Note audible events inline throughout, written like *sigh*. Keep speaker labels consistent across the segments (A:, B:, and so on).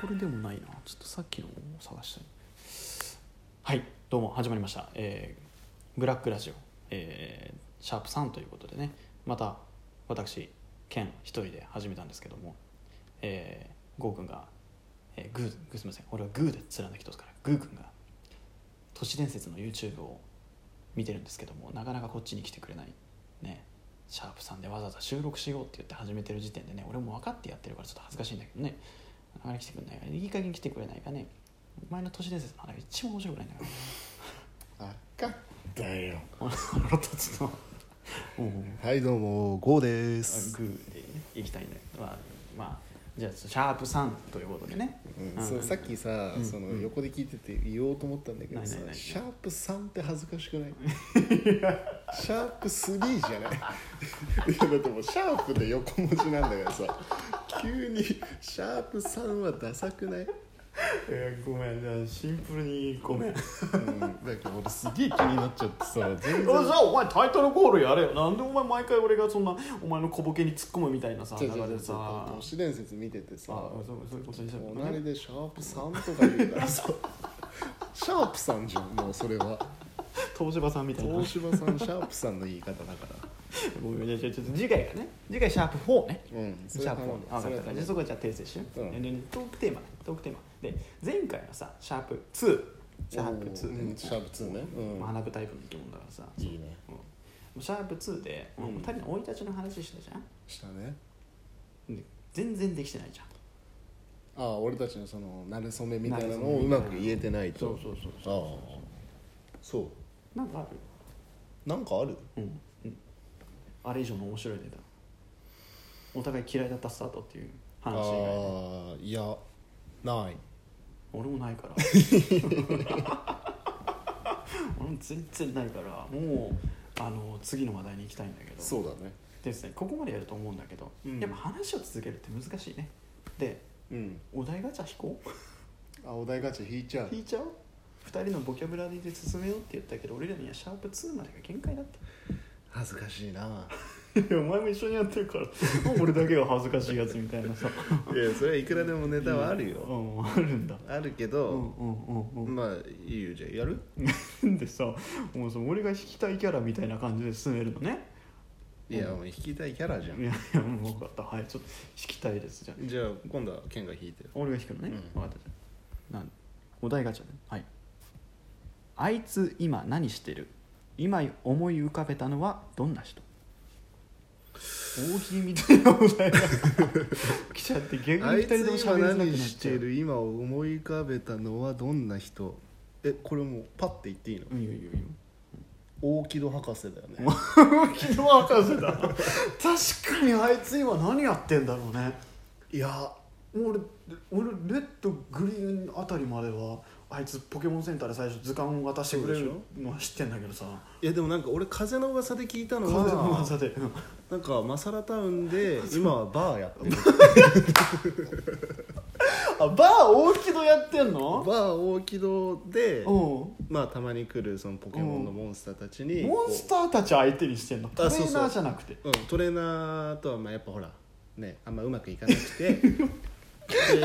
A: これでもないなちょっとさっきのを探したいはいどうも始まりました、えーブラックラジオ、えーシャープ3ということでねまた私ケン一人で始めたんですけども、えー、ゴーくんが、えー、グーグーすみません俺はグーで貫き通すからグーくんが都市伝説の YouTube を見てるんですけどもなかなかこっちに来てくれないねシャープさんでわざわざ収録しようって言って始めてる時点でね俺も分かってやってるからちょっと恥ずかしいんだけどねなかなか来てくれないからいい加減来てくれないかねお前の都市伝説の話が一番面白くないんだから
B: あかだよ
A: 俺腹立つのもう
B: はいどうもゴーで
A: あ
B: す、
A: グーでいきたいんだけどまあ、まあ、じゃあシャープさんということでね、
B: うん、そうさっきさ、
A: うん
B: その
A: うん
B: 横で聞いてて言おうと思ったんだけどさ
A: ないないない
B: シャープ3って恥ずか
A: *laughs*
B: しくないシャープ3じゃ *laughs* ないいやだってもうシャープで横文字なんだからさ急にシャープ3はダサくない、
A: えごめんじゃあシンプルにごめん
B: うん、だから俺すげえ気になっちゃってさ全
A: お
B: 然
A: じゃあお前タイトルコールやれよなんでお前毎回俺がそんなお前の小ボケに突っ込むみたいなさ
B: 違う違
A: 中
B: う違
A: で
B: う
A: さ
B: 都市伝説見ててさ
A: あそうそういうことにしたの
B: 隣
A: ね
B: でシャープ3とか言うか
A: *laughs*
B: らさシャープさんじゃんもうそれは
A: 東芝さんみたいな
B: 東芝さんシャープさんの言い方だから
A: ごめんねじゃあちょっと次回がね次回シャープ4ね
B: うん
A: シャープ4分かったじゃあそこはじゃあ訂正しよう、
B: うん
A: でトークテーマトークテーマで前回はさシャープ2シャープ2で、
B: シャープ2ねうん
A: 学ぶタイプの生き物だからさ、
B: いいね
A: うんシャープ2で、
B: うん
A: もう2人の生い立ちの話したじゃん
B: したね
A: で全然できてないじゃん
B: ああ俺たちのその馴れ初めみたいなのをうまく言えてないと
A: そうそう
B: ああそ
A: なんかある
B: うなんかある
A: うん、うんあれ以上の面白いネタお互い嫌いだったスタートっていう話以外で
B: ああいやない
A: 俺もないから *laughs* 俺も全然ないからもうあの次の話題に行きたいんだけど
B: そうだね
A: ですねここまでやると思うんだけど、
B: うん
A: やっぱ話を続けるって難しいねで
B: うん
A: お題ガチャ引こ
B: あお題ガチャ引いちゃ
A: う引いちゃおう2人のボキャブラリーで進めようって言ったけど俺らにはシャープ2までが限界だって
B: 恥ずかしいな
A: *laughs* いやお *laughs* 前も一緒にやってるから俺だけが恥ずかしいやつみたいなさ
B: いやそれはいくらでもネタはある
A: う
B: よ
A: んあるんだ
B: あるけ
A: うんう
B: ど
A: んうんうん
B: まあいいよじゃあやる
A: なんでさもうその俺が引きたいキャラみたいな感じで進めるのね
B: いやもう引きたいキャラじゃ
A: い
B: ん
A: やいやもう分かったはいちょっと引きたいですじゃあ
B: じゃあ今度はケンが引いてよ
A: 俺が引くのね、
B: うん
A: 分かったじゃんなんお題ガチャねはいあいつ今何してる今思い浮かべたのはどんな人大喜利みたいなお題が *laughs* 来ちゃって逆に
B: あ
A: 2
B: い
A: 人
B: つ
A: とも喋りづら
B: 今
A: くなっ
B: 何して
A: ちゃう
B: る今思い浮かべたのはどんな人えこれもうパッて言っていいの
A: うんいいよいいよいいよ
B: 大木戸博士だよね
A: *laughs* 昨日博士だ確かにあいつ今何やってんだろうね
B: いや
A: 俺俺レッドグリーンあたりまではあいつポケモンセンターで最初図鑑を渡してくれるのは知ってんだけどさ
B: いやでもなんか俺風の噂で聞いたの
A: 風の
B: は
A: 噂でうん
B: なんかマサラタウンで今はバーやってる
A: あバー大木戸やってん
B: バ
A: の
B: ー大木戸で
A: うんモ
B: まあたまに来るそのポケモンのモンスターたちに
A: ンスターたち相手にしてんのトレ
B: あそうそう
A: ーナーじゃなくて
B: こううんトレーナーとはまあやっぱほらねあんまうまくいかなくて で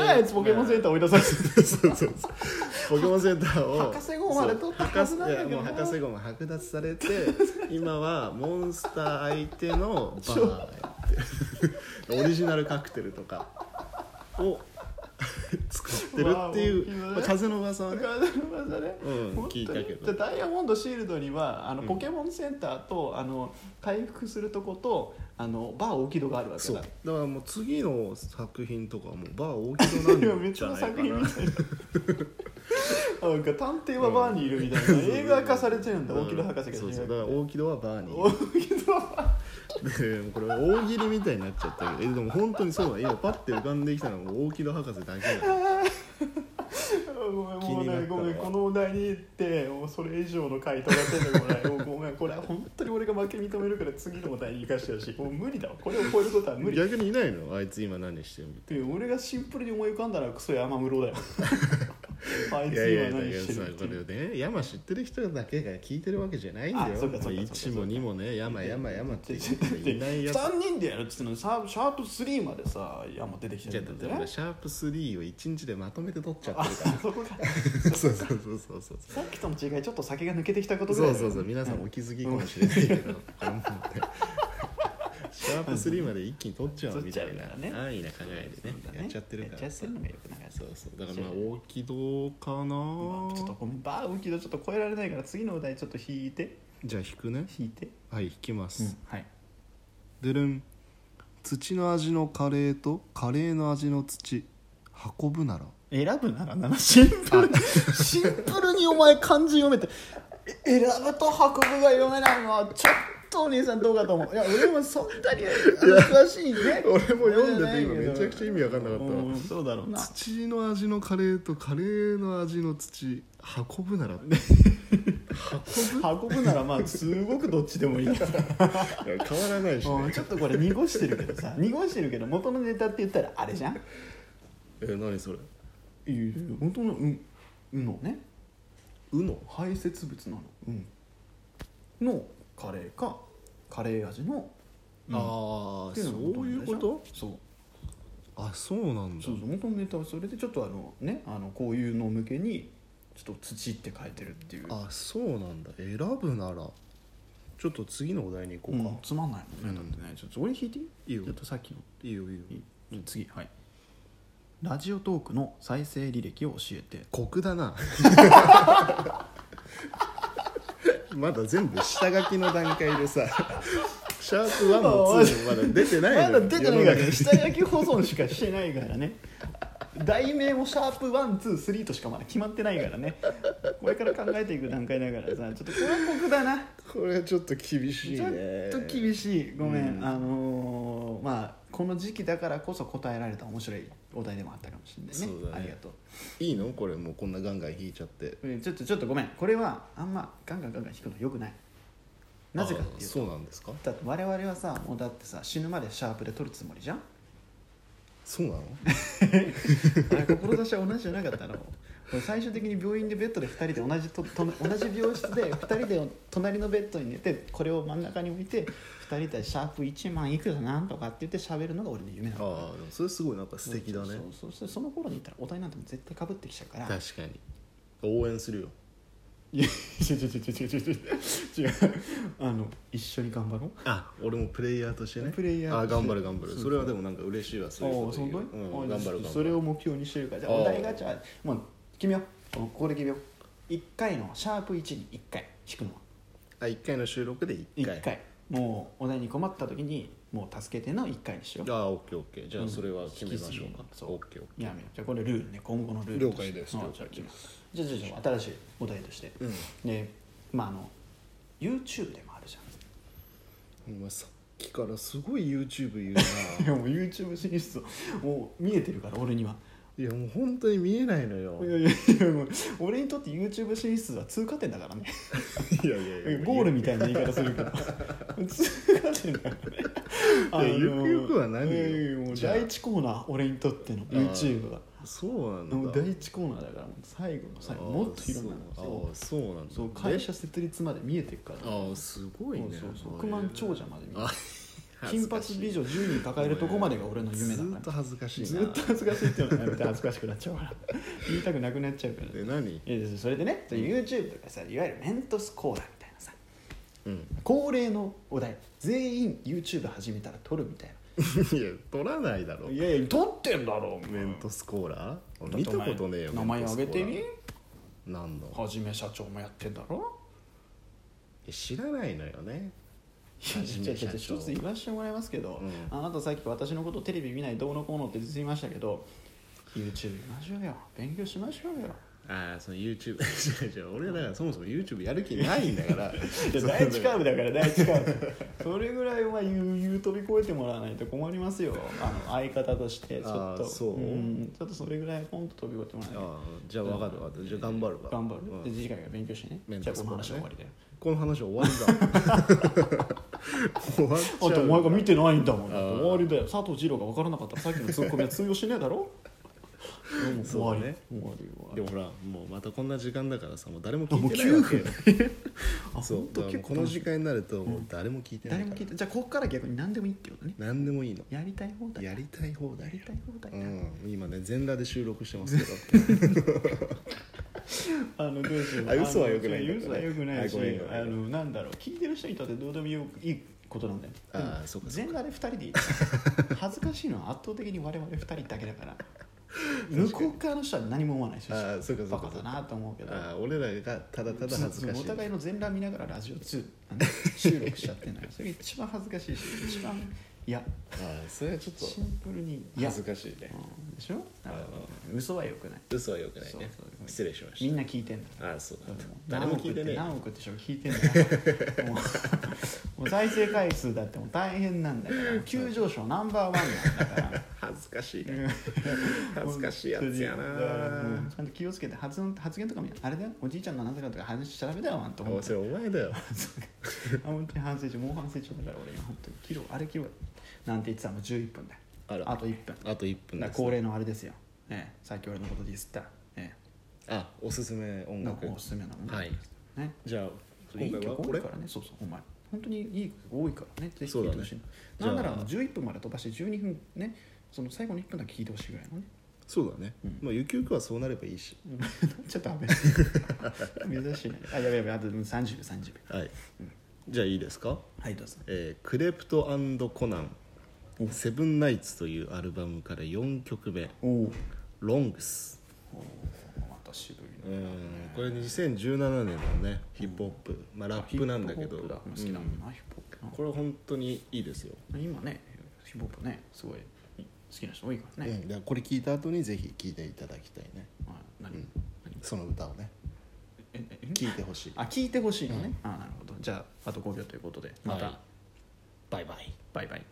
A: *laughs* あいつポケモンセンター追い出されてる
B: そうそうそうポケモンセンターを
A: 博士号まで取ったはずなんだけどな
B: そう博士いやもう博士号も剥奪されて今はモンスター相手のバーやってオリジナルカクテルとかを作ってるってい
A: わあ大きいね
B: うまあ風の噂はね
A: 風の噂で
B: うん
A: 本当に
B: 聞いたけど
A: じゃあダイヤモンドシールドにはあの
B: うん
A: ポケモンセンターと、あの回復するとことあのバー大木戸があるわけ
B: そう
A: だ
B: だからもう次の作品とかはもうバー大きく
A: いや
B: なるん
A: 別
B: じゃ
A: の
B: ないか
A: 作品み
B: な
A: たい *laughs* ななんか探偵はバーにいるみたいな、映画化されちゃうんだ、大木戸博士が
B: そ
A: 主
B: うそう
A: 役
B: だから大木戸はバーにいる
A: 大木戸は
B: でもこれ大喜利みたいになっちゃったけどえでも本当にそうだ今パッて浮かんできたのは大木戸博士だけだ
A: ごめん
B: 気
A: もう
B: になっ
A: ね
B: たわ
A: ごめんこのお題に行ってもうそれ以上の回答が出てこないもうごめんこれは本当に俺が負け認めるから次のお題に生かしてほしいもう無理だわこれを超えることは無理
B: 逆にいないのあいつ今何してるみたい *laughs*
A: いや俺がシンプルに思い浮かんだらクソ山室だよあい
B: い
A: つ
B: やいや
A: 今
B: い
A: 何
B: や
A: して
B: さ
A: るって
B: これね山知ってる人だけが聞いてるわけじゃないんだ
A: あ
B: よ
A: そうかそうかそうか
B: 1も2もね山山山って言っていないやつ
A: 3人でやるっつってのにさシャープ3までさ山出てき
B: じ
A: て
B: ゃあ
A: る
B: だっ
A: ん
B: て
A: だ
B: 俺
A: ね
B: シャープ3を1日でまとめて取っちゃってるか
A: あそこが
B: らそうそうそうそうそう
A: さっきとの違いちょっと酒が抜けてきたことぐ
B: そ
A: らいうだ
B: そ
A: よ
B: うそう皆さんお気づきかもしれないけ *laughs* ど、あのもうねシャープ3まで一気に取っちゃうみたいな
A: 取っちゃうからね
B: 安易な考えでね
A: そうだね
B: やっちゃってるから
A: やっちゃってるのがよくない
B: そうそうだからまあ大木戸かな、
A: まあちょっとごめんバー大きいのちょっと超えられないから次のお題ちょっと引いて
B: じゃあ引くね
A: 引いて
B: はい引きます、
A: はい
B: でるん土の味のカレーとカレーの味の土運ぶなら
A: 選ぶならなシンプルにシンプルにお前漢字読めてえ選ぶと運ぶが読めないのはちょっとお兄さんどうかと思ういや俺もそんなに詳しいね
B: 俺も読んでて今めちゃくちゃ意
A: 意
B: 味わかんなかったわ
A: そうだろうな
B: 土の味のカレーとカレーの味の土運ぶなら
A: 運ぶならまあすごくどっちでもいいな
B: *laughs* 変わらないし
A: う
B: ね
A: ん *laughs* ちょっとこれ濁してるけどさ濁してるけど元のネタって言ったらあれじゃん
B: え何それ
A: 本当のうんのね
B: うの
A: 排泄物なのうんのカレーかカレー味のうん
B: ああ
A: ってい
B: そう
A: のが元のネ
B: ういう
A: タじゃん
B: こと
A: そう
B: あそうなんだ
A: そうそう元のネタはそれでちょっとあのねあのこういうの向けにちょっと土って書いてるっていう
B: あそうなんだ選ぶならちょっと次のお題に行
A: う
B: こうんか、
A: つまんないもんね、だ
B: うん
A: ってねちょっと俺引いていい
B: いいよ
A: ちょっとさっきの
B: いいよいいよ
A: いいじゃあ次はいラジオトークの再生履歴を教えて
B: 酷だな *laughs* まだ全部下書きの段階で *laughs* さシャープ1も2もまだ出てないのよ世の中に
A: 下焼き保存しかしてないからね題名もシャープ123としかまだ決まってないからねこれから考えていく段階だからさちょっとこれは酷だな
B: これはちょっと厳しい
A: ちょ
B: ね
A: っと厳しいごめん、
B: うん
A: あのーまあこの時期だからこそ答えられた面白いお題でもあったかもしれないね
B: そうだね
A: ありがとう
B: いいのこれもうこんなガンガン引いちゃって
A: うんちょっとちょっとごめんこれはあんまガンガンガンガン引くのよくないなぜかって
B: あ
A: いうと
B: そうなんですか
A: だって我々はさもうだってさ死ぬまでシャープで取るつもりじ
B: *laughs*
A: ゃん
B: そうなの
A: あれ志は同じじゃなかったの俺最終的に病院でベッドで2人で同じとと同じ病室で2人で隣のベッドに寝てこれを真ん中に置いて2人でシャープ1万いくらなんとかって言って喋るのが俺の夢なの
B: ああでもそれすごいなんか素敵だね
A: そうそうそうその頃に行ったらお題なんてもう絶対かぶってきちゃうから
B: 確かに応援するよ
A: *laughs* いや違う違う違う違う違う違う違うあの一緒に頑張ろう
B: あ俺もプレイヤーとしてね
A: プレイヤー
B: あ
A: として
B: 頑張る頑張る
A: そうそう
B: それはでもなんか嬉しいわそういうこと言う
A: ああ
B: う
A: そうんな
B: 頑
A: ん
B: 張る頑張る
A: それを目標にしてるからじゃあ
B: ああ
A: お題ガチャもう決めようここで決めよう1回のシャープ1に1回引くのは
B: あ1回の収録で1
A: 1
B: 回
A: 回もうお題に困った時にもう助けての1回にしよう
B: ああオッケーオッケーじゃ
A: う
B: あ
A: ん
B: それは決めましょうか
A: 引、き継ぎ
B: オッケーオッケ
A: やめようじゃあこれルールね今後のルールとして
B: 了解です
A: うん
B: 了
A: じゃ
B: 解
A: あ決
B: で
A: めじゃあじゃあじゃあ新しいお題として、
B: うん
A: でまああの YouTube でもあるじゃん
B: ーお前さっきからすごい YouTube 言う *laughs* ない
A: やもう YouTube 進出もう見えてるから俺にはい
B: やもう本当に見えないのよ
A: いやいやいやもう俺にとって YouTube 進出は通過点だからね
B: いやいやいや
A: ゴールみたいな言い方するけど通過点だからね
B: いやゆくゆくは何よ
A: いやいやもう
B: じゃあ
A: 第一コーナー俺にとっての YouTube は
B: そうなんだ
A: もう第一コーナーだからもう最後の最後もっと広くなる
B: ああ
A: そう
B: そうなんだ
A: そう会社設立まで見えてるから
B: ああすごいね
A: そうそう億万長者まで見える
B: あ
A: 金髪美女10人抱えるとこまでが俺の夢だ
B: ず
A: か
B: ー
A: ら
B: っと恥ずかしいな
A: ずっと恥ずかしいって言うのやめて恥ずかしくなっちゃうから言いたくなくなっちゃうから
B: で何
A: いやそれでね、YouTube とかさいわゆるメントスコーナーみたいなさ
B: うん
A: 恒例のお題全員 YouTube 始めたら撮るみたいない
B: や取ら *laughs* ないだろ
A: いやいや撮ってんだろう
B: メントスコーラ俺見たことねえよ
A: 名前
B: メント
A: 挙
B: スコー
A: げ
B: ラ
A: てみ
B: 何の
A: はじめ社長もやってんだろ
B: いや知らないのよねはじ
A: いや
B: め
A: いやい
B: 社
A: や
B: 長
A: 一つ言わせてもらいますけど、
B: うん
A: あなたさっき私のことテレビ見ないどうのこうのってずっと言いましたけど YouTube 見ましょうよ勉強しましょうよ
B: ああその YouTube *laughs* 違う違う俺だからそもそも YouTube やる気ないんだから
A: *laughs*
B: そう
A: 第一カー
B: *laughs*
A: ブだから第一カーブそれぐらいは言う言う飛び越えてもらわないと困りますよあの相方としてちょっ
B: あー
A: と
B: そうん
A: ちょっとそれぐらいポンと飛び越えてもらわない
B: ああじゃあ分かる分かるじゃあ頑張るわ
A: と頑張る、
B: うん
A: で次回から勉強してね
B: メン
A: じ
B: タ
A: ゃあ
B: ル
A: この話は終
B: ね
A: わりだよ
B: この話終わ
A: *laughs*
B: りだ終わっちゃ
A: あ
B: う
A: とお前が見てないんだもん
B: あー
A: 終わりだよ佐藤二郎が分からなかったらさっきのツッコミは通用しねえだろもう終わ
B: そう
A: り、
B: ね
A: 終わり終わ
B: *laughs* で
A: り
B: もほらもうまたこんな時間だからさもう誰も
A: あ
B: 聞
A: も
B: いうてない
A: 9
B: わけよ
A: 分あ
B: そう
A: 本当
B: だから
A: 結
B: もう
A: 構
B: この時間になるともう誰も聞いてない
A: 誰も
B: から
A: 聞いてじゃあここから逆に何でもいいってことね
B: 何でもいいの
A: やりたい放題
B: やりたい放題
A: やりたい放題
B: う
A: だ、
B: ん今ね全裸で収録してますけ
A: *laughs*
B: ど
A: あのどうしよう
B: あ嘘は良くないんだ
A: あの嘘は良くないし、
B: はいごめんごめん
A: あのなんだろう聞いてる人にとってどうでもよくいいことなんだよ
B: あー
A: でも
B: そうかそう
A: 全
B: か
A: 裸で2人でい
B: *laughs*
A: い恥ずかしいのは圧倒的に我々2人だけだから
B: かに
A: 向こう側の人は何も思わないし
B: あーそうかそう
A: バ
B: か
A: カ
B: そ
A: だ
B: うか
A: なと思うけど
B: あー俺らがただただ恥ずかしい
A: お互いの全裸見ながらラジオ2あの収録しちゃってん
B: *laughs*
A: だよそれが一番恥ずかしいし一番いや
B: あーそれはちょっと
A: シンプルにいや
B: 恥ずかしいね
A: うんでしょだから嘘はよくない
B: 嘘はよくない
A: そう
B: ね
A: そう
B: 失礼しま
A: み
B: し
A: んな聞いてんだ
B: たああそうだ
A: どう
B: った
A: も
B: 誰も聞いてねえ
A: 何億って何億って人が聞いてんだよもうもう再生回数だってもう大変なんだ
B: *laughs*
A: からもう急上昇ナンバーワンなんだから
B: 恥ずかしいね *laughs* 恥ずかしいやつやな
A: 本当にだからもうちゃんと気をつけて発音発言とかもあれだよおじいちゃんのなんだかとか話しちゃダメだよあんと思
B: お
A: っ
B: い
A: て
B: *laughs* それお前だよ
A: あ本当に反省中もう反省中だから俺今本当に切ろうあれ切ろうなんて言ってたらもう11分だよ
B: あら
A: あと1分
B: あと1分
A: だか
B: で
A: ら
B: す
A: 恒例のあれですよ、ええ、さっき俺のことディスった、え
B: あおすすめ
A: え、
B: 音
A: なん
B: 楽
A: かおすすめなの
B: はい
A: ね
B: じゃあ
A: いい
B: 今回は
A: 曲多い
B: 俺
A: からねそうそうお前本当にいい曲多いからねぜひ
B: そ
A: 聴
B: う
A: いて
B: だね
A: ほしいの、
B: じゃ
A: な
B: あ
A: んならあの11分まで飛ばして12分ねその最後の1分だけ聴いてほしいぐらい
B: *laughs*
A: のね
B: そうだね
A: うん
B: まあゆくゆくはそうなればいいし
A: なっちゃダメ珍しいねあやべやべあと30秒30秒
B: はいじゃあいいですか
A: はいどうぞ
B: えークレプトコナン「セブンナイツ」というアルバムから4曲目
A: おおー
B: 「ロングス
A: おーまた渋い」
B: う
A: ね
B: んこれ2017年のねヒップホップ、まあ、ラップなんだけど
A: ヒップホップだ好きだもんな、ヒップホップな
B: うんこれ本当にいいですよ、
A: 今ねヒップホップねすごい好きな人多いからね、
B: うん、だからこれ聞いた後にぜひ聞いていただきたいね
A: まあ、何、
B: うん
A: 何
B: その歌をね
A: ええ
B: 聞いてほしい
A: あ聞いてほしいのね、あなるほどじゃああと5秒ということでまた、
B: はいバイバイ
A: バイバイ